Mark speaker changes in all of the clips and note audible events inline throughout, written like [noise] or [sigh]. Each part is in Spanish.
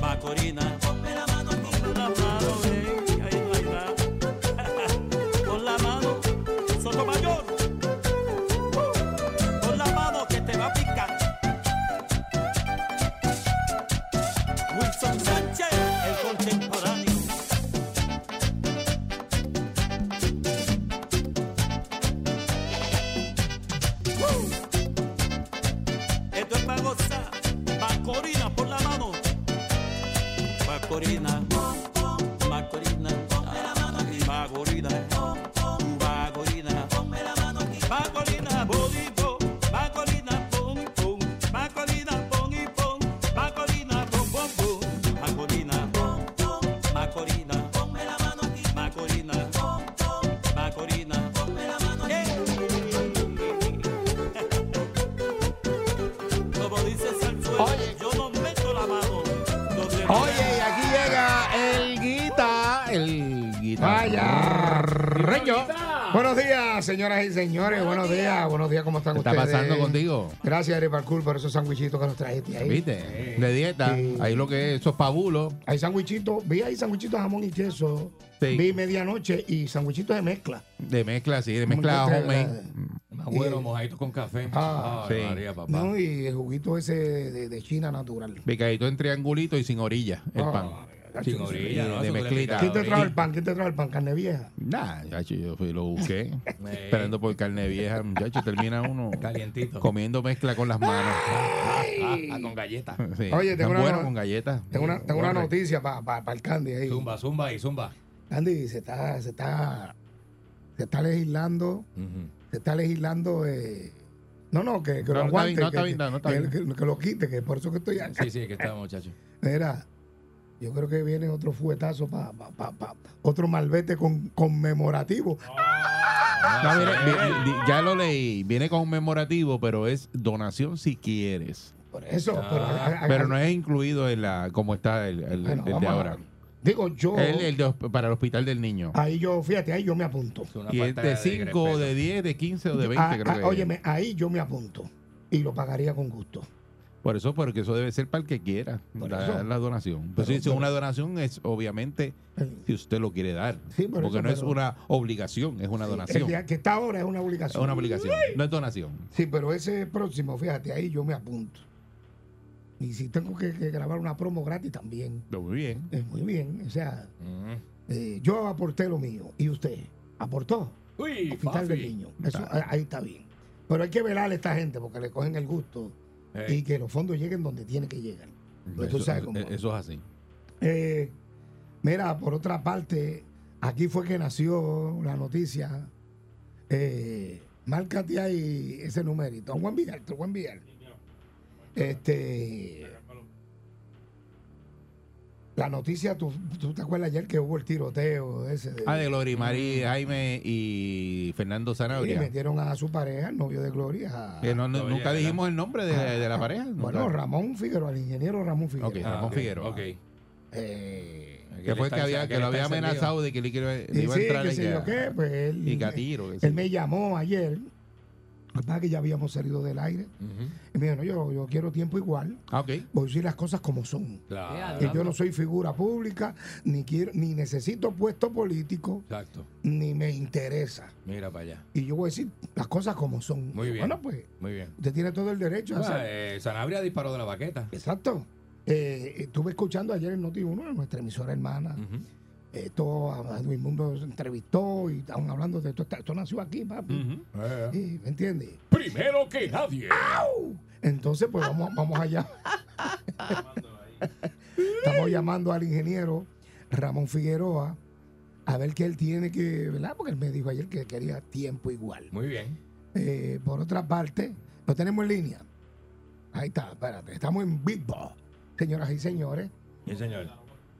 Speaker 1: Bacorina. Con la mano, bien, ahí no hay nada. [laughs] Con la mano, Sotomayor. Con la mano que te va a picar. Wilson Sánchez, el contemporáneo. Esto es para gozar. Bacorina, por la mano. Bacorina. Bacorina. Bacorina. Bacorina. Bacorina, pon y pon. Bacorina, pon y pon. Bacorina, pon y pon. Bacorina, pon, pon, pon. Bacorina. Bacorina. Bacorina. Bacorina. Eh. [laughs] Como dice Salsuelo,
Speaker 2: Oye.
Speaker 1: yo no meto la mano donde no
Speaker 2: Oye, y aquí llega el guita, el guita.
Speaker 3: Vaya, reño. Buenos días, señoras y señores. Buenos días, buenos días. ¿Cómo están
Speaker 2: ¿Qué está
Speaker 3: ustedes?
Speaker 2: pasando contigo?
Speaker 3: Gracias, Ari Parkour, por esos sandwichitos que nos trajiste ahí.
Speaker 2: ¿Viste? De dieta.
Speaker 3: Sí.
Speaker 2: Ahí lo que es, esos pabulos.
Speaker 3: Hay sandwichitos, vi ahí sandwichitos de jamón y queso.
Speaker 2: Sí.
Speaker 3: Vi medianoche y sandwichitos de mezcla.
Speaker 2: De mezcla, sí, de mezcla
Speaker 3: Muchachos,
Speaker 2: homemade.
Speaker 3: ¿verdad?
Speaker 4: Más bueno, mojadito con café.
Speaker 3: Ah,
Speaker 4: Ah,
Speaker 2: sí.
Speaker 4: María, papá.
Speaker 3: No, y el juguito ese de, de China natural.
Speaker 2: Picadito en triangulito y sin orilla el
Speaker 3: Ah,
Speaker 2: pan.
Speaker 4: Sin orilla, ¿no?
Speaker 2: de
Speaker 4: Eso tú le
Speaker 2: mezclita.
Speaker 4: picas
Speaker 3: ¿Quién te
Speaker 4: ahorita.
Speaker 3: trajo el pan? ¿Quién te trajo el pan? Carne vieja.
Speaker 2: Nah, chacho, yo fui y lo
Speaker 3: [laughs]
Speaker 2: busqué. Esperando por carne vieja, muchacho. Termina uno
Speaker 4: Calientito.
Speaker 2: comiendo mezcla con las
Speaker 3: [laughs]
Speaker 2: manos.
Speaker 4: Ah, con galletas.
Speaker 2: Sí,
Speaker 3: Oye, tengo
Speaker 2: tan
Speaker 3: una
Speaker 2: bueno
Speaker 3: no-
Speaker 2: con galletas.
Speaker 3: Tengo una, tengo una
Speaker 2: Corre.
Speaker 3: noticia para el Candy ahí.
Speaker 4: Zumba, zumba y zumba.
Speaker 3: Candy se está, se está, se está legislando. se está legislando. eh, no, no, que, que
Speaker 2: No, no
Speaker 3: lo
Speaker 2: está bien,
Speaker 3: aguante.
Speaker 2: no
Speaker 3: que-
Speaker 2: está bien, no está
Speaker 3: que-
Speaker 2: bien.
Speaker 3: que- que lo quite, que por eso que estoy aquí.
Speaker 4: Sí, sí, que está, muchacho.
Speaker 3: Mira, yo creo que viene otro fuetazo para otro malvete con, conmemorativo.
Speaker 4: Ah,
Speaker 2: No, mire, vi- vi- ya lo leí. Viene conmemorativo, pero es donación si quieres.
Speaker 3: Por eso.
Speaker 4: Ah,
Speaker 3: pero, a- a-
Speaker 2: Pero no es incluido en la como está el, el-
Speaker 3: Bueno,
Speaker 2: el de
Speaker 3: vamos a-
Speaker 2: ahora.
Speaker 3: Digo, yo.
Speaker 2: El, el de hosp- para el hospital del niño.
Speaker 3: Ahí yo, fíjate, ahí yo me apunto.
Speaker 4: Es una
Speaker 2: y es
Speaker 4: falta
Speaker 2: de 5, de
Speaker 4: respeto.
Speaker 2: 10, de 15 o de 20,
Speaker 3: Ah,
Speaker 2: creo
Speaker 3: ah,
Speaker 2: que es.
Speaker 3: óyeme, ahí yo me apunto. Y lo pagaría con gusto.
Speaker 2: Por eso, porque eso debe ser para el que quiera
Speaker 3: Por
Speaker 2: la,
Speaker 3: eso.
Speaker 2: la donación. Pues
Speaker 3: Pero-
Speaker 2: si es
Speaker 3: pero-
Speaker 2: una donación es obviamente
Speaker 3: El,
Speaker 2: si usted lo quiere dar.
Speaker 3: Sí, por
Speaker 2: porque
Speaker 3: eso,
Speaker 2: no es
Speaker 3: pero-
Speaker 2: una obligación, es una
Speaker 3: el
Speaker 2: donación.
Speaker 3: día que está ahora es una
Speaker 2: Es
Speaker 3: obligación.
Speaker 2: una obligación, no es donación.
Speaker 3: Sí, pero ese próximo, fíjate, ahí yo me apunto. Y si tengo que, que grabar una promo gratis también.
Speaker 2: Pero muy bien.
Speaker 3: Eh, muy bien, o sea,
Speaker 4: Mm.
Speaker 3: eh, yo aporté lo mío y usted aportó
Speaker 4: Uy,
Speaker 3: Hospital del
Speaker 4: papi.
Speaker 3: Niño. Eso, ah, ahí está bien. Pero hay que velar a esta gente porque le cogen el gusto y
Speaker 4: Ey,
Speaker 3: que los fondos lleguen donde tienen que llegar. Pues tú
Speaker 2: eso,
Speaker 3: sabes cómo
Speaker 2: eh,
Speaker 3: es.
Speaker 2: eso es así.
Speaker 3: Eh, mira, por otra parte, aquí fue que nació la noticia. Eh, márcate ahí ese numerito. Te lo voy a enviar, te lo voy a enviar. Este. La noticia, ¿tú, tú te acuerdas ayer que hubo el tiroteo ese? de-
Speaker 2: Ah, de Gloria
Speaker 3: Mm.
Speaker 2: María, Jaime y Fernando
Speaker 3: y
Speaker 2: Zanabria.
Speaker 3: metieron a su pareja, el novio de Gloria. a-
Speaker 2: Que no- no-
Speaker 4: Gloria,
Speaker 2: nunca
Speaker 4: ¿verdad?
Speaker 2: dijimos el nombre de, de la pareja. nunca.
Speaker 3: Ah, bueno, Ramón Figueroa, el ingeniero Ramón Figueroa.
Speaker 2: Ok. Ah. Ramón
Speaker 4: Ah, ok,
Speaker 2: Figueroa.
Speaker 4: ok.
Speaker 3: Eh,
Speaker 2: que fue el que, había, que lo había amenazado de que le iba, le
Speaker 3: y
Speaker 2: iba a
Speaker 3: sí,
Speaker 2: entrar
Speaker 3: qué
Speaker 2: y
Speaker 3: sé yo
Speaker 2: que,
Speaker 3: qué, pues él-
Speaker 2: y que a tiro. que sí.
Speaker 3: Él me llamó ayer, lo que pasa es que ya habíamos salido del aire.
Speaker 4: Ujú.
Speaker 3: Y me dijo, no, yo, yo quiero tiempo igual,
Speaker 2: Ah, ok.
Speaker 3: voy a decir las cosas como son. Que
Speaker 4: Claro.
Speaker 3: yo no soy figura pública, ni quiero, ni necesito puesto político,
Speaker 4: Exacto.
Speaker 3: ni me interesa.
Speaker 4: Mira para allá.
Speaker 3: Y yo voy a decir las cosas como son.
Speaker 4: Muy bien.
Speaker 3: Bueno, pues,
Speaker 4: Muy bien.
Speaker 3: usted tiene todo el derecho a
Speaker 4: Ah,
Speaker 3: hacer.
Speaker 4: eh, Sanabria disparó de la baqueta.
Speaker 3: Exacto. Eh, estuve escuchando ayer en Noti 1, en nuestra emisora hermana.
Speaker 2: Mm.
Speaker 4: Ujú.
Speaker 3: Eh, todo a- a Edwin Mundo se entrevistó y estaban hablando de esto. Esto nació aquí, papi.
Speaker 2: Ujú.
Speaker 4: Eh, eh.
Speaker 3: Sí, ¿Me entiendes?
Speaker 4: Primero que nadie.
Speaker 3: Entonces, pues vamos, vamos allá. Estamos llamando al ingeniero Ramón Figueroa a ver qué él tiene que, ¿verdad? Porque él me dijo ayer que quería tiempo igual.
Speaker 4: Muy bien.
Speaker 3: Eh, por otra parte, lo tenemos en línea. Ahí está, espérate, estamos en vivo, señoras y señores.
Speaker 4: Sí, señor.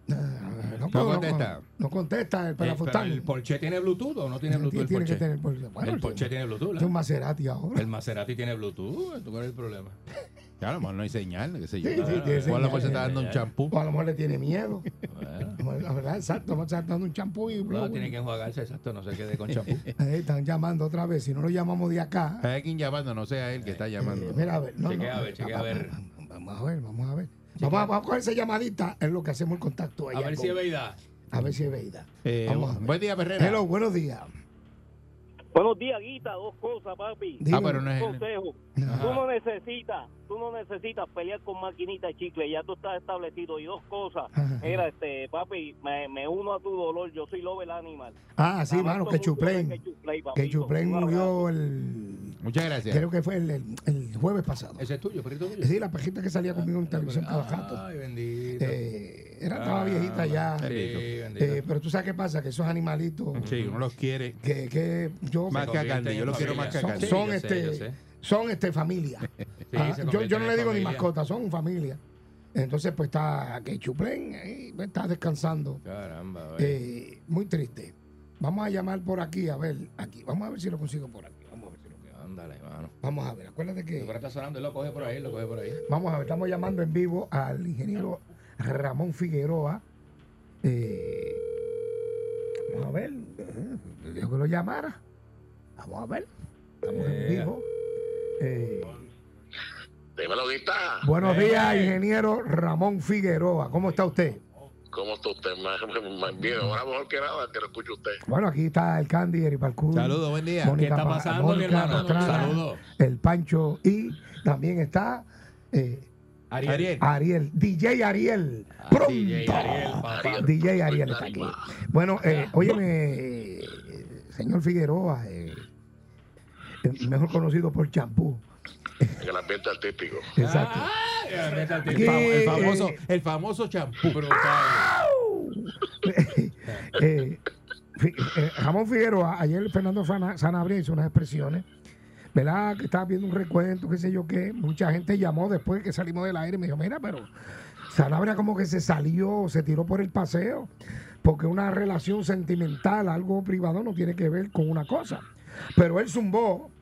Speaker 4: Eh,
Speaker 3: Ah, No,
Speaker 2: contesta.
Speaker 3: no contesta el
Speaker 4: Eh, pero
Speaker 3: pelafustán.
Speaker 4: ¿El Porsche tiene Bluetooth o no tiene Bluetooth el
Speaker 3: Tiene que
Speaker 4: Porsche?
Speaker 3: tener Porsche. Bueno,
Speaker 4: el Porsche
Speaker 3: tiene-
Speaker 4: tiene Bluetooth.
Speaker 3: tiene un
Speaker 4: ¿la?
Speaker 3: Maserati ahora.
Speaker 4: El Maserati tiene Bluetooth. ¿Tú cuál es el problema?
Speaker 2: Claro, a lo mejor no hay señal, qué sé yo.
Speaker 3: Sí, sí,
Speaker 2: Igual
Speaker 3: tiene
Speaker 2: a lo mejor se
Speaker 3: señal.
Speaker 2: está dando un champú.
Speaker 3: O Pues a lo mejor le tiene miedo. Pues
Speaker 4: Bueno,
Speaker 3: La verdad, exacto. Vamos a estar dando un champú y
Speaker 4: no, tiene que enjuagarse, exacto, no se quede con
Speaker 3: [laughs]
Speaker 4: champú.
Speaker 3: Ahí están llamando otra vez. Si no lo llamamos de acá.
Speaker 2: Hay alguien llamando, no sea él que está llamando.
Speaker 3: eh, mira, a ver. No,
Speaker 4: Chequea
Speaker 3: no,
Speaker 4: a ver, chequea a
Speaker 3: va- va-
Speaker 4: ver.
Speaker 3: va- Vamos a ver, vamos a ver. Vamos a, vamos a coger esa llamadita. Es lo que hacemos el contacto.
Speaker 4: A
Speaker 3: allá
Speaker 4: ver
Speaker 3: con-
Speaker 4: si es verdad.
Speaker 3: A ver si es Veida.
Speaker 2: Eh,
Speaker 3: vamos a ver.
Speaker 2: buen día, Perrera.
Speaker 3: Hello, buenos días.
Speaker 5: Buenos días, Guita. Dos cosas, papi.
Speaker 2: Ah,
Speaker 3: Dímelo.
Speaker 2: pero no
Speaker 5: Un
Speaker 2: es él.
Speaker 5: consejo.
Speaker 3: Ajá.
Speaker 5: Tú no necesitas, tú no necesitas pelear con maquinita de chicle. Ya tú estás establecido. Y dos cosas.
Speaker 3: Ajá.
Speaker 5: Era este, papi, me, me uno a tu dolor. Yo soy Love el Animal.
Speaker 3: Ah, sí,
Speaker 5: Lamento
Speaker 3: mano, que
Speaker 5: mucho
Speaker 3: Chuplén.
Speaker 5: Que Chuplén,
Speaker 3: Que
Speaker 5: papito.
Speaker 3: Chuplén
Speaker 5: Un
Speaker 3: murió el.
Speaker 2: Muchas gracias.
Speaker 3: Creo que fue el, el- el jueves pasado.
Speaker 4: Ese es tuyo, perrito tuyo.
Speaker 3: Sí, la pajita que salía conmigo en televisión cada rato.
Speaker 4: Ay, bendito.
Speaker 3: Eh, era, estaba viejita ya.
Speaker 4: Sí,
Speaker 2: Eh,
Speaker 4: bendito.
Speaker 3: Eh, pero tú sabes qué pasa, que esos animalitos
Speaker 2: Sí, uno los quiere.
Speaker 3: que, que yo
Speaker 2: Más que a
Speaker 4: convierten
Speaker 2: Candy, yo
Speaker 4: en
Speaker 2: lo quiero
Speaker 4: familia.
Speaker 2: más que a
Speaker 3: son,
Speaker 2: Candy.
Speaker 4: sí,
Speaker 3: son
Speaker 4: yo sé,
Speaker 3: este
Speaker 4: yo sé.
Speaker 3: son este familia.
Speaker 4: se
Speaker 3: Ah, yo, yo
Speaker 4: convierten
Speaker 3: no
Speaker 4: en
Speaker 3: le digo ni
Speaker 4: familia.
Speaker 3: mascota, son familia. Entonces pues está que Chuplén ahí, pues, está descansando.
Speaker 4: Caramba, oye.
Speaker 3: Eh, muy triste. Vamos a llamar por aquí, a ver, aquí. Vamos a ver si lo consigo por aquí. Vamos a ver si lo
Speaker 4: Ándale, mano.
Speaker 3: Vamos a ver, acuérdate
Speaker 4: El
Speaker 3: que
Speaker 4: está sonando, él lo coge por ahí, lo coge por ahí.
Speaker 3: vamos a ver, estamos llamando en vivo al ingeniero Ramón Figueroa. Eh, vamos a ver, eh, le dijo que lo llamara. Vamos a ver, estamos en
Speaker 4: Yeah.
Speaker 3: vivo. Eh,
Speaker 6: Dímelo, Guita.
Speaker 3: buenos
Speaker 4: Hey.
Speaker 3: días, ingeniero Ramón Figueroa. ¿Cómo está usted?
Speaker 6: ¿Cómo está usted? [laughs] Más- más Bien, ahora mejor que nada que lo escuche usted.
Speaker 3: Bueno, aquí está el Candy, Eri Parkour.
Speaker 2: Saludos, buen día.
Speaker 3: Mónica
Speaker 4: ¿Qué está
Speaker 3: Pa-
Speaker 4: pasando, mi
Speaker 3: Mónica
Speaker 4: hermano?
Speaker 3: Pastrana,
Speaker 4: Saludos.
Speaker 3: El Pancho y también está eh,
Speaker 4: Ariel.
Speaker 2: Ariel.
Speaker 3: Ariel, DJ Ariel.
Speaker 4: Ah,
Speaker 3: Pronto.
Speaker 4: DJ Ariel, Ah. papá.
Speaker 3: DJ Ariel está aquí. Bueno, eh, óyeme, eh, señor Figueroa, eh, eh, mejor conocido por champú.
Speaker 6: En el ambiente artístico.
Speaker 3: Exacto.
Speaker 4: Ah, ya, meta el
Speaker 2: El,
Speaker 4: tipo.
Speaker 2: fam- el
Speaker 3: eh,
Speaker 2: famoso,
Speaker 3: eh.
Speaker 2: el famoso champú.
Speaker 4: Brutal.
Speaker 3: Eh, Fi- eh, Ramón Figueroa, ayer Fernando Fana- Sanabria hizo unas expresiones, ¿verdad? Que estaba viendo un recuento, qué sé yo qué. Mucha gente llamó después que salimos del aire y me dijo, mira, pero Sanabria como que se salió, se tiró por el paseo, porque una relación sentimental, algo privado, no tiene que ver con una cosa. Pero él zumbó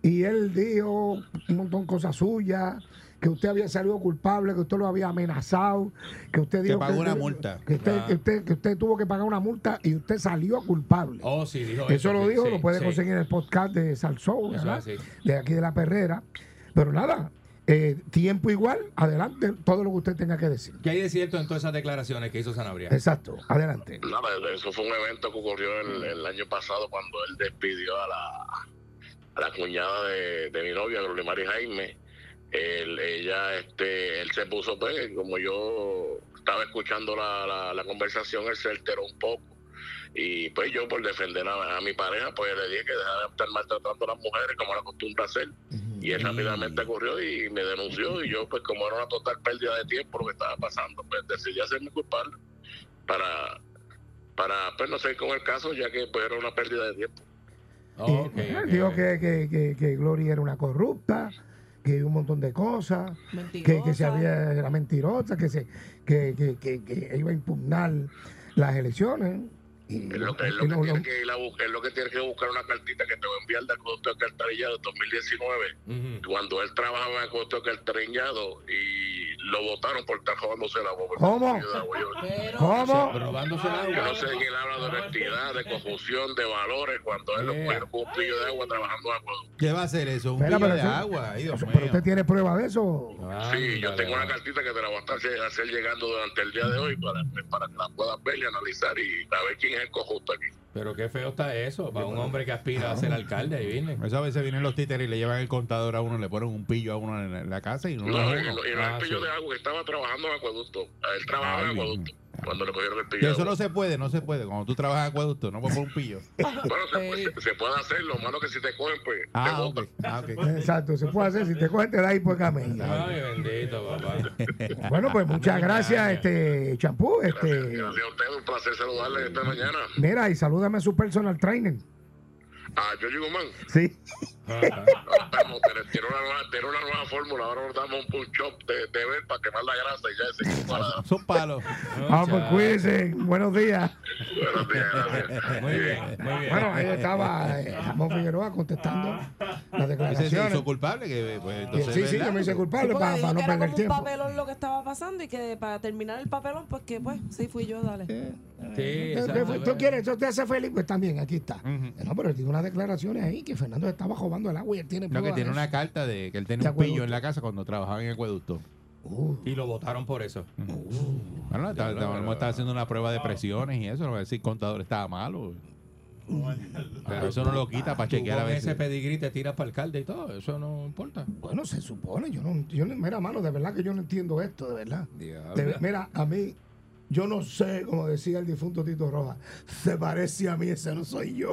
Speaker 3: y él dijo un montón de cosas suyas, que usted había salido culpable, que usted lo había amenazado, que usted dijo
Speaker 2: pagó una multa.
Speaker 3: Que usted,
Speaker 4: Ah.
Speaker 3: que usted, que usted tuvo que pagar una multa y usted salió culpable.
Speaker 4: Oh, sí, dijo
Speaker 3: eso lo
Speaker 4: sí,
Speaker 3: dijo,
Speaker 4: sí,
Speaker 3: lo puede
Speaker 4: sí.
Speaker 3: conseguir en el podcast de Salsou,
Speaker 4: Eso
Speaker 3: ¿verdad?
Speaker 4: es así.
Speaker 3: de aquí de la perrera. Pero nada, eh, tiempo igual, adelante, todo lo que usted tenga que decir.
Speaker 4: ¿Qué hay de cierto en todas esas declaraciones que hizo Sanabria?
Speaker 3: Exacto, adelante.
Speaker 6: Nada, eso fue un evento que ocurrió el, el año pasado cuando él despidió a la, a la cuñada de, de mi novia, Glorimari Jaime. Él, ella, este, él se puso, pues, como yo estaba escuchando la, la, la conversación, él se alteró un poco. Y pues yo, por defender a, a mi pareja, pues le dije que dejara de estar maltratando a las mujeres como la acostumbra hacer. Y él rápidamente corrió y me denunció. Y yo, pues, como era una total pérdida de tiempo lo que estaba pasando, pues decidí hacerme culpable para, para pues, no seguir con el caso, ya que pues, era una pérdida de tiempo.
Speaker 4: Oh,
Speaker 3: Y,
Speaker 4: ok,
Speaker 3: eh,
Speaker 4: ok,
Speaker 3: dijo
Speaker 4: ok.
Speaker 3: Que, que, que, que Glory era una corrupta, que un montón de cosas, que, que se había, era mentirosa, que se que, que, que, que iba a impugnar las elecciones. Y,
Speaker 6: Es lo que, es lo
Speaker 3: y
Speaker 6: que
Speaker 3: lo-
Speaker 6: tiene
Speaker 3: lo-
Speaker 6: que ir a buscar, es lo que tiene que buscar una cartita que te va a enviar de Acueducto Alcantarillado 2019,
Speaker 4: Ujú.
Speaker 6: cuando él trabajaba en Acueducto Alcantarillado y lo votaron por estar robándose la boca.
Speaker 3: ¿Cómo?
Speaker 6: Yo
Speaker 3: ¿Cómo?
Speaker 4: Robándose el
Speaker 6: yo
Speaker 4: agua.
Speaker 6: no sé de quién habla de honestidad, de confusión, de valores, cuando él
Speaker 4: Yeah.
Speaker 6: era un pillo de agua trabajando en Acueducto.
Speaker 2: ¿Qué va a hacer eso? Un
Speaker 3: Espera,
Speaker 2: pillo
Speaker 3: pero
Speaker 2: de
Speaker 3: eso-
Speaker 2: agua. Ay, Dios
Speaker 3: Pero
Speaker 2: mío.
Speaker 3: usted tiene prueba de eso.
Speaker 6: Sí, yo
Speaker 4: Ándale,
Speaker 6: tengo una
Speaker 4: mano.
Speaker 6: cartita que te la voy a estar lle- hacer llegando durante el día de hoy para, para que la puedas ver y analizar y a ver quién es el cojusto aquí.
Speaker 4: Pero qué feo está eso para un hombre que aspira a ser alcalde. Ahí viene.
Speaker 2: Eso a veces vienen los títeres y le llevan el contador a uno, le ponen un pillo a uno en la, en la casa y no,
Speaker 6: No,
Speaker 2: lo
Speaker 6: y no, y no
Speaker 4: Ah,
Speaker 6: el pillo
Speaker 4: sí.
Speaker 6: de agua que estaba trabajando en acueducto. Él trabajaba en
Speaker 2: Ay, bien.
Speaker 6: acueducto cuando le cogieron el
Speaker 2: Que
Speaker 6: pillo. de
Speaker 2: eso no
Speaker 6: agua.
Speaker 2: se puede, no se puede. Cuando tú trabajas en acueducto, no puedes poner un [laughs] pillo.
Speaker 6: Bueno, se, puede- se- se puede hacer, lo malo que si te cogen, pues te
Speaker 2: Ah, ok.
Speaker 6: botan.
Speaker 2: Ah, [laughs] ok.
Speaker 3: Exacto, se puede hacer. Si te cogen, te da hipocameña.
Speaker 4: Ay, bendito, papá.
Speaker 3: [laughs] Bueno, pues muchas
Speaker 4: Anda,
Speaker 3: gracias,
Speaker 4: anda.
Speaker 3: este champú. Este,
Speaker 6: Gracias a ustedes, un placer saludarles esta mañana.
Speaker 3: mira, y salúdame a su personal trainer.
Speaker 6: A Yoyi Guzmán,
Speaker 3: Sí.
Speaker 6: ahora estamos, tiene- tiene una nueva, tiene una nueva fórmula, ahora nos damos un pull chop de, de ver para quemar la grasa y ya se
Speaker 2: [laughs]
Speaker 6: quitó la
Speaker 2: Son palos.
Speaker 3: Vamos, pues cuídense. Buenos días.
Speaker 6: Buenos días, gracias.
Speaker 4: Muy bien, muy bien.
Speaker 3: Bueno, ahí estaba eh, Ramón Figueroa contestando las
Speaker 4: Ese se
Speaker 3: declaraciones.
Speaker 4: hizo culpable. Que, pues,
Speaker 3: Sí,
Speaker 4: entonces,
Speaker 3: sí, sí,
Speaker 4: ¿verdad?
Speaker 3: yo me hice
Speaker 7: Sí,
Speaker 3: culpable
Speaker 7: porque
Speaker 3: para,
Speaker 7: dijo
Speaker 3: no
Speaker 7: que era
Speaker 3: perder
Speaker 7: como un
Speaker 3: tiempo.
Speaker 7: papelón lo que estaba pasando y que para terminar el papelón, pues que pues, sí fui yo, dale.
Speaker 3: Eh,
Speaker 4: Sí,
Speaker 3: Tú-
Speaker 4: exacto.
Speaker 3: tú- ¿Tú quieres? ¿Eso te hace feliz? Pues también, aquí está. No, pero él tiene unas declaraciones ahí que Fernando estaba robando el agua y él tiene
Speaker 2: No, que
Speaker 3: pruebas
Speaker 2: tiene
Speaker 3: de
Speaker 2: una
Speaker 3: eso.
Speaker 2: carta de que él tenía
Speaker 3: De
Speaker 2: un pillo
Speaker 3: acueducto.
Speaker 2: en la casa cuando trabajaba en acueducto.
Speaker 3: Uh,
Speaker 4: Y lo votaron por eso.
Speaker 2: Bueno, estaba, estaba- estaba haciendo una prueba de presiones y eso. No voy a decir contador estaba malo. Pero eso no lo quita para
Speaker 4: Tú
Speaker 2: chequear a
Speaker 4: con ese
Speaker 2: veces.
Speaker 4: pedigrí te tiras para alcalde
Speaker 3: [laughs]
Speaker 4: y todo. [laughs] Eso no importa.
Speaker 3: bueno, se supone. Yo no, yo no- mira, mano, de verdad que yo no entiendo esto, de verdad.
Speaker 4: Diablo.
Speaker 3: De- mira, a mí, yo no sé, como decía el difunto Tito Rojas, se parece a mí, ese no soy
Speaker 2: [laughs]
Speaker 3: yo.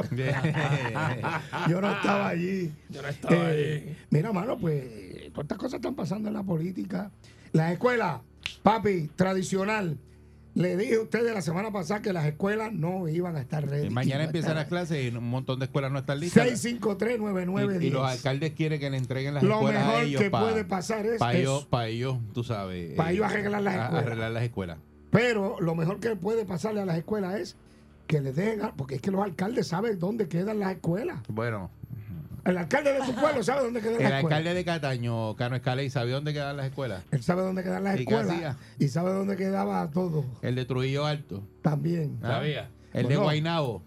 Speaker 3: yo no estaba allí.
Speaker 4: Yo no estaba
Speaker 3: Eh, Mira, mano, pues, todas estas cosas están pasando en la política. Las escuelas, papi, tradicional. Le dije a ustedes la semana pasada que las escuelas no iban a estar ready.
Speaker 2: Y Eh, mañana
Speaker 3: No
Speaker 2: empiezan las
Speaker 3: estaban.
Speaker 2: clases y un montón de escuelas no están listas.
Speaker 3: 6539910.
Speaker 2: Y, y los alcaldes quieren que le entreguen las
Speaker 3: Lo
Speaker 2: escuelas
Speaker 3: mejor
Speaker 2: a ellos
Speaker 3: que
Speaker 2: pa-
Speaker 3: puede pasar es
Speaker 2: pa' ellos,
Speaker 3: eso.
Speaker 2: pa' ellos, tú sabes. eh,
Speaker 3: Pa' ellos arreglar las
Speaker 2: a-
Speaker 3: escuelas.
Speaker 2: arreglar las escuelas.
Speaker 3: Pero lo mejor que puede pasarle a las escuelas es que les dejen, a- porque es que los alcaldes saben dónde quedan las escuelas.
Speaker 2: Bueno,
Speaker 3: El alcalde
Speaker 2: [laughs]
Speaker 3: de su pueblo sabe dónde quedan
Speaker 2: el
Speaker 3: las escuelas.
Speaker 2: alcalde de Cataño, Cano Escaley, ¿sabía dónde quedan las escuelas?
Speaker 3: Él sabe dónde quedan las
Speaker 2: ¿Y qué
Speaker 3: escuelas
Speaker 2: hacía?
Speaker 3: y sabe dónde quedaba todo
Speaker 2: El de Trujillo Alto,
Speaker 3: también.
Speaker 2: ¿ah?
Speaker 4: ¿Sabía?
Speaker 2: el de
Speaker 3: Bueno.
Speaker 2: Guainabo.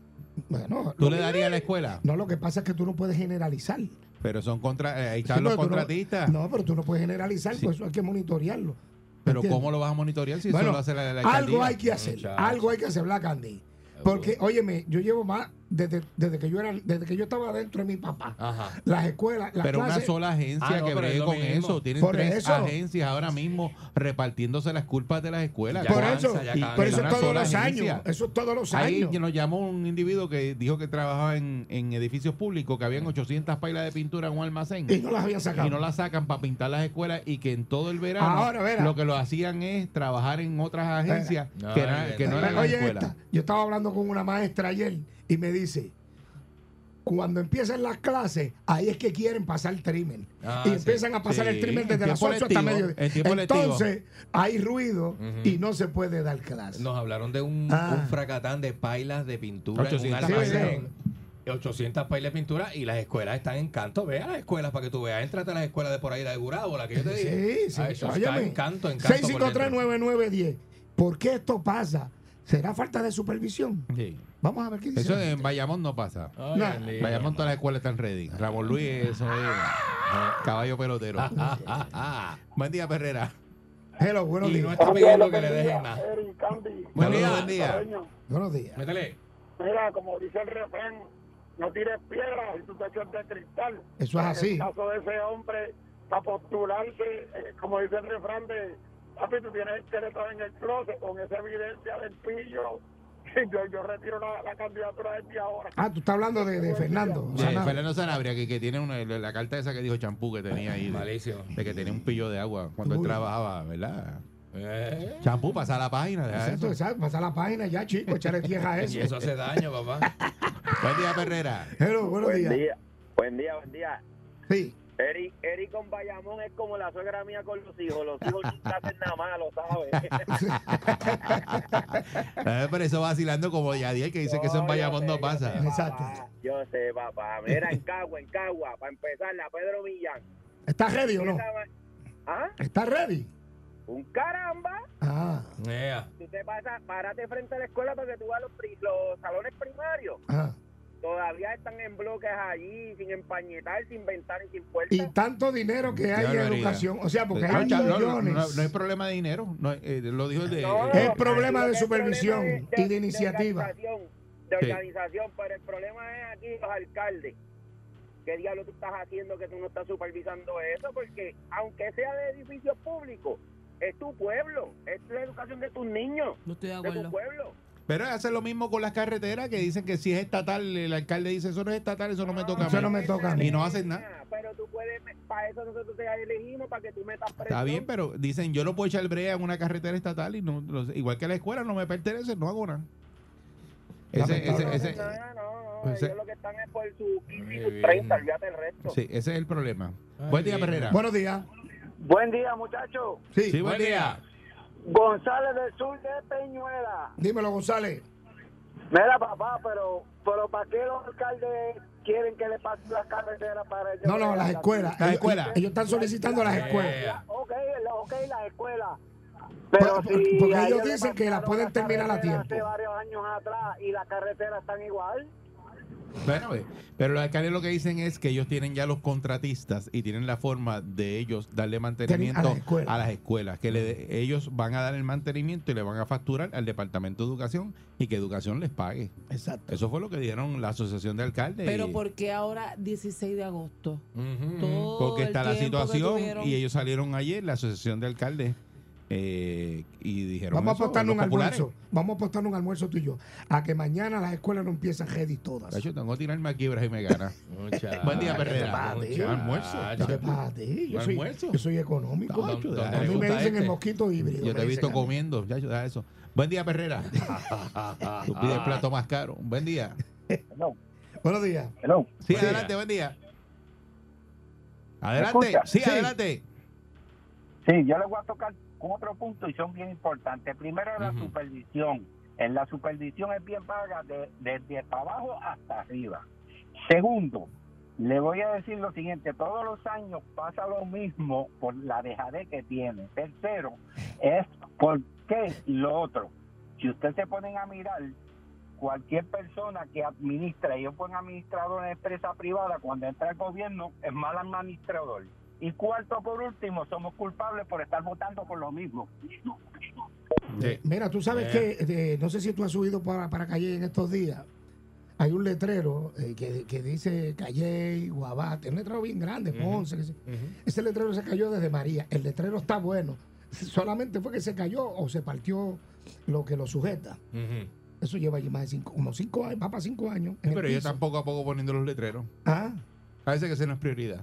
Speaker 3: Bueno,
Speaker 2: ¿Tú
Speaker 3: lo-
Speaker 2: le darías la escuela?
Speaker 3: no, lo que pasa es que tú no puedes generalizar.
Speaker 2: Pero son contra, eh, ahí
Speaker 3: Sí,
Speaker 2: están los
Speaker 3: pero tú no-
Speaker 2: contratistas.
Speaker 3: No, pero tú no puedes generalizar, por eso hay que monitorearlo.
Speaker 2: Pero
Speaker 3: ¿Entiendes?
Speaker 2: ¿cómo lo vas a monitorear si
Speaker 3: Bueno,
Speaker 2: eso lo hace la, la
Speaker 3: algo
Speaker 2: alcaldía?
Speaker 3: hay que hacer,
Speaker 4: Muchacho.
Speaker 3: algo hay que hacer, Black Candy. Porque, óyeme, yo llevo más desde, desde que yo era, desde que yo estaba dentro de mi papá.
Speaker 4: Ajá.
Speaker 3: Las escuelas, las
Speaker 2: Pero una
Speaker 3: clases-
Speaker 2: sola agencia
Speaker 4: Ah, no,
Speaker 2: que
Speaker 4: pero es
Speaker 2: bregue
Speaker 4: lo
Speaker 2: con
Speaker 4: mismo.
Speaker 2: eso. Tienen
Speaker 3: Por
Speaker 2: tres
Speaker 3: eso.
Speaker 2: agencias ahora mismo repartiéndose las culpas de las escuelas.
Speaker 4: Ya
Speaker 3: Por
Speaker 4: cansa,
Speaker 3: eso,
Speaker 4: ya
Speaker 3: y-
Speaker 4: cansa.
Speaker 3: pero eso
Speaker 2: Una
Speaker 3: es todos
Speaker 2: sola
Speaker 3: los
Speaker 2: agencia.
Speaker 3: años. Eso es todos los
Speaker 2: Ahí
Speaker 3: años.
Speaker 2: nos llamó un individuo que dijo que trabajaba en, en edificios públicos, que habían 800 pailas de pintura en un almacén.
Speaker 3: Y no las habían sacado.
Speaker 2: y no la sacan para pintar las escuelas y que en todo el verano
Speaker 3: Ahora, verá.
Speaker 2: lo que lo hacían es trabajar en otras agencias
Speaker 4: Verá.
Speaker 2: que,
Speaker 4: Ay,
Speaker 2: era-
Speaker 4: verá.
Speaker 2: que no eran las
Speaker 3: Oye,
Speaker 2: escuelas.
Speaker 3: esta, yo estaba hablando con una maestra ayer y me dice, cuando empiezan las clases, ahí es que quieren pasar el trimen.
Speaker 4: Ah,
Speaker 3: y
Speaker 4: sí.
Speaker 3: empiezan a pasar
Speaker 2: Sí,
Speaker 3: el trimen desde
Speaker 2: en
Speaker 3: las 8
Speaker 2: tiempo
Speaker 3: hasta
Speaker 2: lectivo,
Speaker 3: medio.
Speaker 2: en tiempo lectivo.
Speaker 3: Entonces, hay ruido y no se puede dar clase.
Speaker 4: Nos hablaron de un,
Speaker 3: Ah.
Speaker 4: un fracatán de pailas de pintura.
Speaker 2: 800
Speaker 4: en un
Speaker 3: pailas.
Speaker 4: almacén. 800 pailas de pintura y las escuelas están en canto. Ve a las escuelas para que tú veas. Entrate a las escuelas de por ahí de Gurabo, la que yo te dije.
Speaker 3: Sí, sí.
Speaker 4: Ah, eso está
Speaker 3: óyeme.
Speaker 4: en canto, en canto. por dentro.
Speaker 3: 6539910. ¿Por qué esto pasa? ¿Será falta de supervisión?
Speaker 2: Sí.
Speaker 3: Vamos a ver qué dice.
Speaker 2: Eso
Speaker 3: la
Speaker 2: en
Speaker 3: gente.
Speaker 2: Bayamón no pasa.
Speaker 4: Ay,
Speaker 3: No.
Speaker 4: Dios mío.
Speaker 2: Bayamón todas las escuelas están ready. Ramón Luis, eso es eh, caballo pelotero.
Speaker 4: Ah,
Speaker 2: Buen día, Perrera.
Speaker 3: Hello, buenos
Speaker 4: Y no
Speaker 3: días.
Speaker 4: está pidiendo que le dejen nada.
Speaker 8: Eric, Candy,
Speaker 2: Buen
Speaker 4: Saludos,
Speaker 2: día,
Speaker 4: buen
Speaker 2: buen día.
Speaker 8: Peña.
Speaker 3: Buenos días.
Speaker 4: Métele.
Speaker 8: Mira, como dice el refrán, no tires piedras y tu techo es de cristal.
Speaker 3: Eso es así.
Speaker 8: En el caso de ese hombre, para postularse, eh, como dice el refrán de, papi, tú tienes el teléfono en el closet con esa evidencia del pillo. [laughs] Yo, yo retiro la, la candidatura desde ahora.
Speaker 3: Ah, tú estás hablando de, de Fernando.
Speaker 2: Sí,
Speaker 3: Sanabria.
Speaker 2: Eh, Fernando Sanabria, que, que tiene una, la carta esa que dijo Champú que tenía ahí. De,
Speaker 4: Malísimo.
Speaker 2: de que tenía un pillo de agua cuando él
Speaker 3: Uy.
Speaker 2: trabajaba, ¿verdad?
Speaker 4: Eh,
Speaker 2: Champú, pasa la página. deja
Speaker 3: Exacto,
Speaker 2: eso.
Speaker 3: exacto. Pasar la página ya, chico, echarle
Speaker 2: [laughs]
Speaker 3: tierra a
Speaker 4: y
Speaker 3: eso.
Speaker 4: eso hace daño, papá.
Speaker 2: Buen día,
Speaker 3: [laughs]
Speaker 2: Perrera.
Speaker 3: Hello, buenos días.
Speaker 5: buen día, buen día.
Speaker 3: Sí.
Speaker 5: Eric, Eric con Bayamón es como la suegra mía con los hijos. Los hijos nunca hacen nada malo, ¿sabes?
Speaker 2: Eh, Pero eso vacilando como Yadiel que dice que eso en
Speaker 5: No,
Speaker 2: Bayamón
Speaker 5: yo
Speaker 2: no
Speaker 5: sé, yo
Speaker 2: pasa.
Speaker 5: sé,
Speaker 3: Exacto.
Speaker 5: papá. Yo sé, papá. Mira, en Cagua, en Cagua. Para empezar, la Pedro Millán.
Speaker 3: ¿Estás ready o no?
Speaker 5: ¿Ah?
Speaker 3: ¿Estás ready?
Speaker 5: Un caramba.
Speaker 3: Ah,
Speaker 4: Yeah.
Speaker 5: Tú te pasas, párate frente a la escuela para que tú veas los, pri- los salones primarios.
Speaker 3: ah.
Speaker 5: Todavía están en bloques allí, sin empañetar, sin ventanas y sin
Speaker 3: Y
Speaker 5: puertas.
Speaker 3: tanto dinero que hay en
Speaker 2: barbaridad.
Speaker 3: educación. O sea, porque
Speaker 2: No,
Speaker 3: hay
Speaker 2: cha- no, no, no,
Speaker 3: millones.
Speaker 2: no hay problema de dinero. No, eh, lo dijo el de.
Speaker 5: No,
Speaker 3: Es
Speaker 5: aquí lo
Speaker 3: problema de
Speaker 5: que es
Speaker 3: supervisión
Speaker 5: problema
Speaker 3: y de iniciativa.
Speaker 5: organización, de
Speaker 2: Sí.
Speaker 5: organización, pero el problema es aquí los alcaldes. ¿Qué diablo tú estás haciendo que tú no estás supervisando eso? Porque aunque sea de edificios públicos, es tu pueblo, es la educación de tus niños,
Speaker 7: No estoy de
Speaker 5: de tu
Speaker 3: pues,
Speaker 7: acuerdo.
Speaker 5: pueblo.
Speaker 2: Pero hace lo mismo con las carreteras que dicen que si es estatal, el alcalde dice eso no es estatal, eso no me toca. a
Speaker 3: Eso
Speaker 2: mí".
Speaker 3: no me toca a mí.
Speaker 2: Y no hacen nada.
Speaker 5: Pero tú puedes, para eso nosotros te elegimos, para que tú metas presión.
Speaker 2: Está bien, pero dicen yo no puedo echar brea en una carretera estatal y no, no sé, igual que la escuela no me pertenece, no hago nada. Ese,
Speaker 5: No,
Speaker 2: ese,
Speaker 3: Lamentable.
Speaker 2: ese,
Speaker 5: Ah, no, no, no,
Speaker 3: Pues,
Speaker 2: ese-
Speaker 5: ellos lo que están es por su
Speaker 3: eh,
Speaker 5: 15 y
Speaker 4: Muy
Speaker 5: sus
Speaker 4: bien.
Speaker 5: 30, olvídate el resto.
Speaker 2: sí, ese es el problema. Buen día,
Speaker 4: Ay,
Speaker 2: Perrera.
Speaker 3: Buenos días.
Speaker 8: Buen día, muchachos.
Speaker 3: Sí.
Speaker 2: Sí, buen día.
Speaker 8: González del Sur de Peñuela.
Speaker 3: Dímelo, González.
Speaker 8: Mira, papá, pero, pero ¿para qué los alcaldes quieren que le pase la carretera para ellos.
Speaker 3: No, no, las escuelas.
Speaker 4: Las
Speaker 3: Ellos-
Speaker 4: escuelas.
Speaker 3: Ellos están solicitando las escuelas.
Speaker 8: Ok, la- ok, las escuelas.
Speaker 3: Pero
Speaker 8: Pero
Speaker 3: por-
Speaker 8: si
Speaker 3: Pues, porque
Speaker 8: a
Speaker 3: ellos
Speaker 8: le
Speaker 3: dicen que
Speaker 8: pasaron
Speaker 3: las pueden terminar a
Speaker 8: carretera
Speaker 3: tiempo.
Speaker 8: Hace varios años atrás y las carreteras están igual.
Speaker 2: Bueno, eh, pero los alcaldes lo que dicen es que ellos tienen ya los contratistas y tienen la forma de ellos darle mantenimiento
Speaker 3: Tienen a las escuelas.
Speaker 2: escuelas, que le de- ellos van a dar el mantenimiento y le van a facturar al Departamento de Educación y que Educación les pague.
Speaker 3: Exacto.
Speaker 2: Eso fue lo que dijeron la Asociación de Alcaldes.
Speaker 3: eh.
Speaker 7: Pero ¿por qué ahora 16 de agosto?
Speaker 4: Ujú.
Speaker 7: Todo
Speaker 2: Porque está
Speaker 7: el
Speaker 2: la
Speaker 7: tiempo que
Speaker 2: situación
Speaker 7: tuvieron.
Speaker 2: y ellos salieron ayer, la Asociación de Alcaldes, eh, y dijeron
Speaker 3: Vamos a
Speaker 2: eso,
Speaker 3: apostar
Speaker 2: los
Speaker 3: un
Speaker 2: populares.
Speaker 3: almuerzo. Vamos a apostar un almuerzo tú y yo. A que mañana las escuelas no empiezan ready todas.
Speaker 2: Tacho, tengo que tirarme aquí, Bras, y me
Speaker 3: [laughs]
Speaker 2: gana.
Speaker 4: Muchacho.
Speaker 2: Buen día, Perrera.
Speaker 4: Muchacho.
Speaker 2: Almuerzo.
Speaker 3: No te pases, "Ah, yo, soy,
Speaker 4: almuerzo?
Speaker 3: yo soy económico.
Speaker 4: ¿Dónde-
Speaker 2: Tacho,
Speaker 4: dónde
Speaker 3: A mí
Speaker 4: le
Speaker 3: me
Speaker 4: gusta
Speaker 3: dicen el
Speaker 4: este?
Speaker 3: mosquito híbrido.
Speaker 2: Yo
Speaker 3: me
Speaker 2: te he visto
Speaker 3: dicen a mí.
Speaker 2: comiendo, ya, da eso. Buen día,
Speaker 3: [laughs]
Speaker 2: Perrera. Tú pides
Speaker 3: Ah.
Speaker 4: Ah,
Speaker 2: el plato más caro. Buen día.
Speaker 3: Buenos días.
Speaker 8: Hello.
Speaker 2: Sí,
Speaker 4: Buen día.
Speaker 2: adelante, buen día. Adelante,
Speaker 8: escucha?
Speaker 2: sí,
Speaker 3: Sí.
Speaker 2: adelante.
Speaker 8: Sí, yo les voy a tocar cuatro puntos y son bien importantes. Primero, la
Speaker 4: Ujú.
Speaker 8: supervisión. En la supervisión es bien paga de- desde para abajo hasta arriba. Segundo, le voy a decir lo siguiente, todos los años pasa lo mismo por la dejadez que tiene. Tercero, es por qué lo otro. Si ustedes se ponen a mirar, cualquier persona que administra, ellos buen administrador en empresa privada, cuando entra el gobierno es mal administrador. Y cuarto, por último, somos culpables por estar votando por lo mismo.
Speaker 3: Mira, tú sabes
Speaker 4: Eh.
Speaker 3: que, eh, no sé si tú has subido para, para Calle en estos días. Hay un letrero eh, que, que dice Calle, Guabate, un letrero bien grande, Ponce. qué sé- Ese letrero se cayó desde María. El letrero está bueno. [laughs] Solamente fue que se cayó o se partió lo que lo sujeta.
Speaker 4: Ujú.
Speaker 3: Eso lleva allí más de cinco, como cinco años, va para cinco años. en el
Speaker 2: Pero ellos
Speaker 3: piso.
Speaker 2: están poco a poco poniendo los letreros.
Speaker 3: Ah,
Speaker 2: A veces que esa no es prioridad.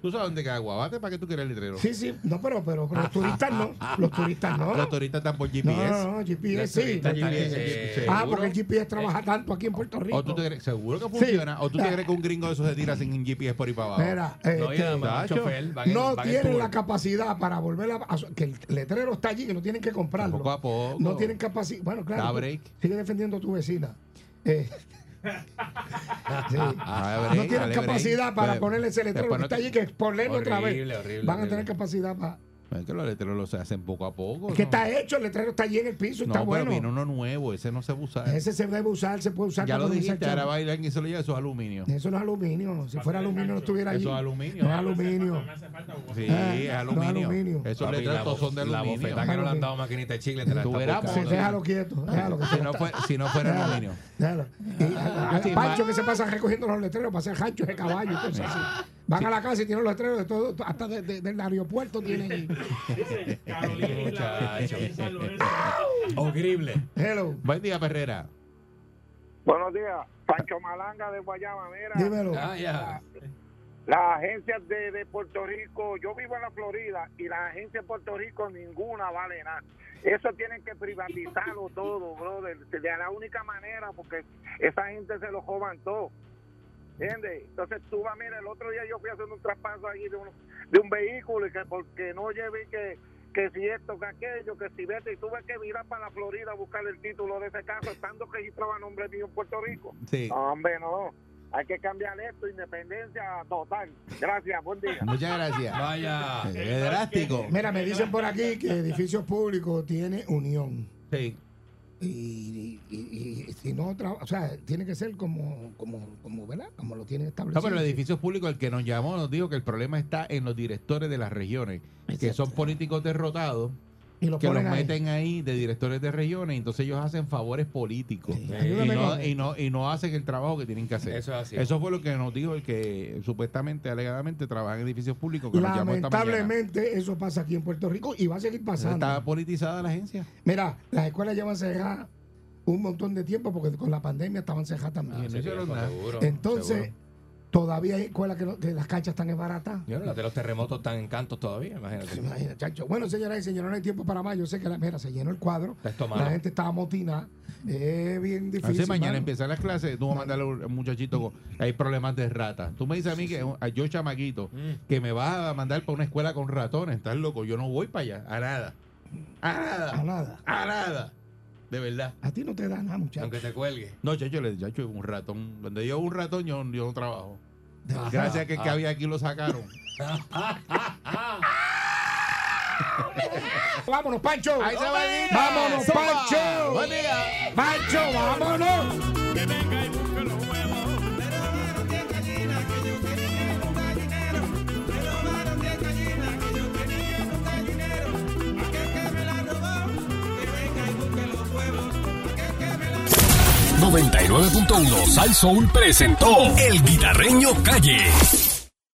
Speaker 2: ¿Tú sabes dónde queda Guabate? ¿Para qué tú quieres el letrero?
Speaker 3: sí, sí. No, pero, pero los turistas no. Los turistas no.
Speaker 2: [laughs] Los turistas están por
Speaker 3: No,
Speaker 2: GPS.
Speaker 3: no, no, GPS
Speaker 4: Los
Speaker 3: sí.
Speaker 4: turistas
Speaker 3: los
Speaker 4: GPS,
Speaker 3: GPS.
Speaker 4: eh, seguro.
Speaker 3: Ah, porque el GPS trabaja tanto aquí en Puerto Rico.
Speaker 2: ¿O tú te crees, seguro que funciona? ¿O tú te
Speaker 3: [laughs] Ah.
Speaker 2: crees que un gringo de esos se tira sin GPS por ahí para abajo?
Speaker 3: Mira,
Speaker 4: No, y
Speaker 3: este,
Speaker 4: además,
Speaker 2: Tacho,
Speaker 4: chofer, van en-
Speaker 3: no
Speaker 4: van en
Speaker 3: tienen
Speaker 4: tour.
Speaker 3: la capacidad para volver a, a su- que el letrero está allí que no tienen que comprarlo
Speaker 2: Poco a poco.
Speaker 3: no tienen capacidad bueno claro
Speaker 2: Da
Speaker 3: tú-
Speaker 2: break.
Speaker 3: sigue defendiendo a tu vecina Eh, sí.
Speaker 2: [laughs] Ah,
Speaker 3: no
Speaker 2: break,
Speaker 3: tienen
Speaker 2: dale
Speaker 3: capacidad
Speaker 2: break.
Speaker 3: para
Speaker 2: Pues,
Speaker 3: ponerle ese letrero
Speaker 2: después
Speaker 3: que
Speaker 2: no
Speaker 3: está
Speaker 2: te-
Speaker 3: allí que ponerlo otra vez
Speaker 4: Horrible, horrible,
Speaker 3: van a
Speaker 4: horrible.
Speaker 3: tener capacidad para
Speaker 2: Es que los letreros los hacen poco a poco.
Speaker 3: es que
Speaker 2: ¿no?
Speaker 3: está hecho el letrero está allí en el piso
Speaker 2: No,
Speaker 3: está
Speaker 2: pero
Speaker 3: bueno
Speaker 2: vino uno nuevo, ese no se usa.
Speaker 3: ese se debe usar se puede usar
Speaker 2: Ya
Speaker 3: para
Speaker 2: lo
Speaker 3: economizar
Speaker 2: dijiste, ahora
Speaker 3: chavo.
Speaker 2: bailan y se lo lleva eso es aluminio.
Speaker 3: eso no es aluminio si fuera aluminio no estuviera allí
Speaker 2: Eso es aluminio.
Speaker 3: no es aluminio
Speaker 2: Sí,
Speaker 3: Ah,
Speaker 2: es
Speaker 3: no,
Speaker 2: aluminio.
Speaker 3: aluminio.
Speaker 2: Esos
Speaker 4: Papi, la
Speaker 2: letreros todos
Speaker 4: bo-
Speaker 2: son de
Speaker 4: La
Speaker 2: aluminio.
Speaker 3: [laughs]
Speaker 4: bofeta que no le han dado maquinita de chicle, te la
Speaker 2: Tú
Speaker 4: estás
Speaker 2: verás,
Speaker 3: Sí,
Speaker 4: buscando.
Speaker 3: déjalo quieto déjalo que
Speaker 2: Ah, Si
Speaker 3: se-
Speaker 2: no, fue- si no fuera aluminio.
Speaker 3: Claro. Y, a- a-
Speaker 2: Ah, Sí,
Speaker 3: Pancho
Speaker 2: va-
Speaker 3: que se pasa recogiendo los letreros para hacer ranchos de caballo y cosas
Speaker 2: Ah,
Speaker 3: así. Van a la casa y tienen los letreros de todo, to- hasta de- de- del aeropuerto tienen. ahí.
Speaker 4: Muchacho. Horrible.
Speaker 3: Hello,
Speaker 2: [laughs] Buen día, Perrera.
Speaker 8: Buenos días, Pancho Malanga de Guayama. Mira,
Speaker 3: dímelo.
Speaker 4: Ah, ya.
Speaker 8: las agencias de, de Puerto Rico, yo vivo en la Florida y las agencias de Puerto Rico ninguna vale nada. Eso tienen que privatizarlo todo, brother, de la única manera porque esa gente se lo joban todo. ¿Entiendes? Entonces tú vas, mira, el otro día yo fui haciendo un traspaso ahí de, un- de un vehículo y que porque no llevé que que si esto, que aquello, que si vete, y tuve que mirar para la Florida a buscar el título de ese carro, estando registrado a nombre mío en Puerto Rico.
Speaker 2: Sí.
Speaker 8: No, hombre, no. Hay que cambiar esto, independencia total. Gracias, buen día.
Speaker 2: Muchas gracias.
Speaker 4: Vaya.
Speaker 2: Sí, Es drástico.
Speaker 3: Mira, me dicen por aquí que edificios públicos tiene unión.
Speaker 2: Sí.
Speaker 3: Y, y- y- y si no, tra- o sea, tiene que ser como, como, como, ¿verdad? Como lo tienen
Speaker 2: No,
Speaker 3: establecido.
Speaker 2: pero el edificio público, el que nos llamó, nos dijo que el problema está en los directores de las regiones, que son políticos derrotados,
Speaker 3: y lo
Speaker 2: que los
Speaker 3: ponen ahí.
Speaker 2: meten ahí de directores de regiones, y entonces ellos hacen favores políticos. Eh,
Speaker 3: Sí.
Speaker 2: Y
Speaker 3: Ayúdame con
Speaker 2: no,
Speaker 3: eso.
Speaker 2: y, no, y no hacen el trabajo que tienen que hacer.
Speaker 4: Eso es así.
Speaker 2: Eso fue lo que nos dijo el que supuestamente, alegadamente, trabaja en edificios públicos. Que nos llamó esta mañana.
Speaker 3: Lamentablemente eso pasa aquí en Puerto Rico y va a seguir
Speaker 2: Entonces,
Speaker 3: pasando.
Speaker 2: Está politizada la agencia.
Speaker 3: Mira, las escuelas llevan cerradas un montón de tiempo porque con la pandemia estaban cerradas también.
Speaker 2: Y no hicieron nada.
Speaker 4: Ah, Seguro,
Speaker 3: Entonces,
Speaker 4: seguro.
Speaker 3: todavía hay escuelas que, no- que las canchas están baratas.
Speaker 4: Yo no, las de los terremotos están en cantos todavía, imagínate.
Speaker 3: Imagina, chacho. Bueno, señoras y señores, no hay tiempo para más. Yo sé que la mira se llenó el cuadro.
Speaker 4: Está esto malo.
Speaker 3: La gente estaba motina. Es bien difícil.
Speaker 2: Entonces mañana
Speaker 3: mano.
Speaker 2: empiezan las clases, tú vas a mandarle a un muchachito con, hay problemas de rata. Tú me dices a mí que a yo chamaquito
Speaker 4: Mm.
Speaker 2: que me vas a mandar para una escuela con ratones, estás loco, yo no voy para allá, a nada. A
Speaker 3: A
Speaker 2: nada.
Speaker 3: nada.
Speaker 2: A nada.
Speaker 4: de verdad.
Speaker 3: A ti no te da nada, muchacho.
Speaker 4: Aunque te cuelgue.
Speaker 2: No, chacho, le chacho, un ratón. Donde yo un ratón, yo, yo no trabajo. Gracias a que, que
Speaker 3: Ah.
Speaker 2: había aquí lo sacaron.
Speaker 3: Vámonos, Pancho.
Speaker 2: Ahí se va el día.
Speaker 3: Vámonos,
Speaker 2: Zumba.
Speaker 3: Pancho.
Speaker 2: Buen día.
Speaker 3: Pancho, vámonos.
Speaker 1: Que venga y busque los huevos. Me robaron 10 gallinas que yo tenía en un gallinero. Me robaron 10 gallinas que yo tenía en un gallinero. Aquel que me la robó, que venga y busque los huevos. Aquel que me la
Speaker 9: 99.1 Sal Soul presentó El Guitarreño Calle.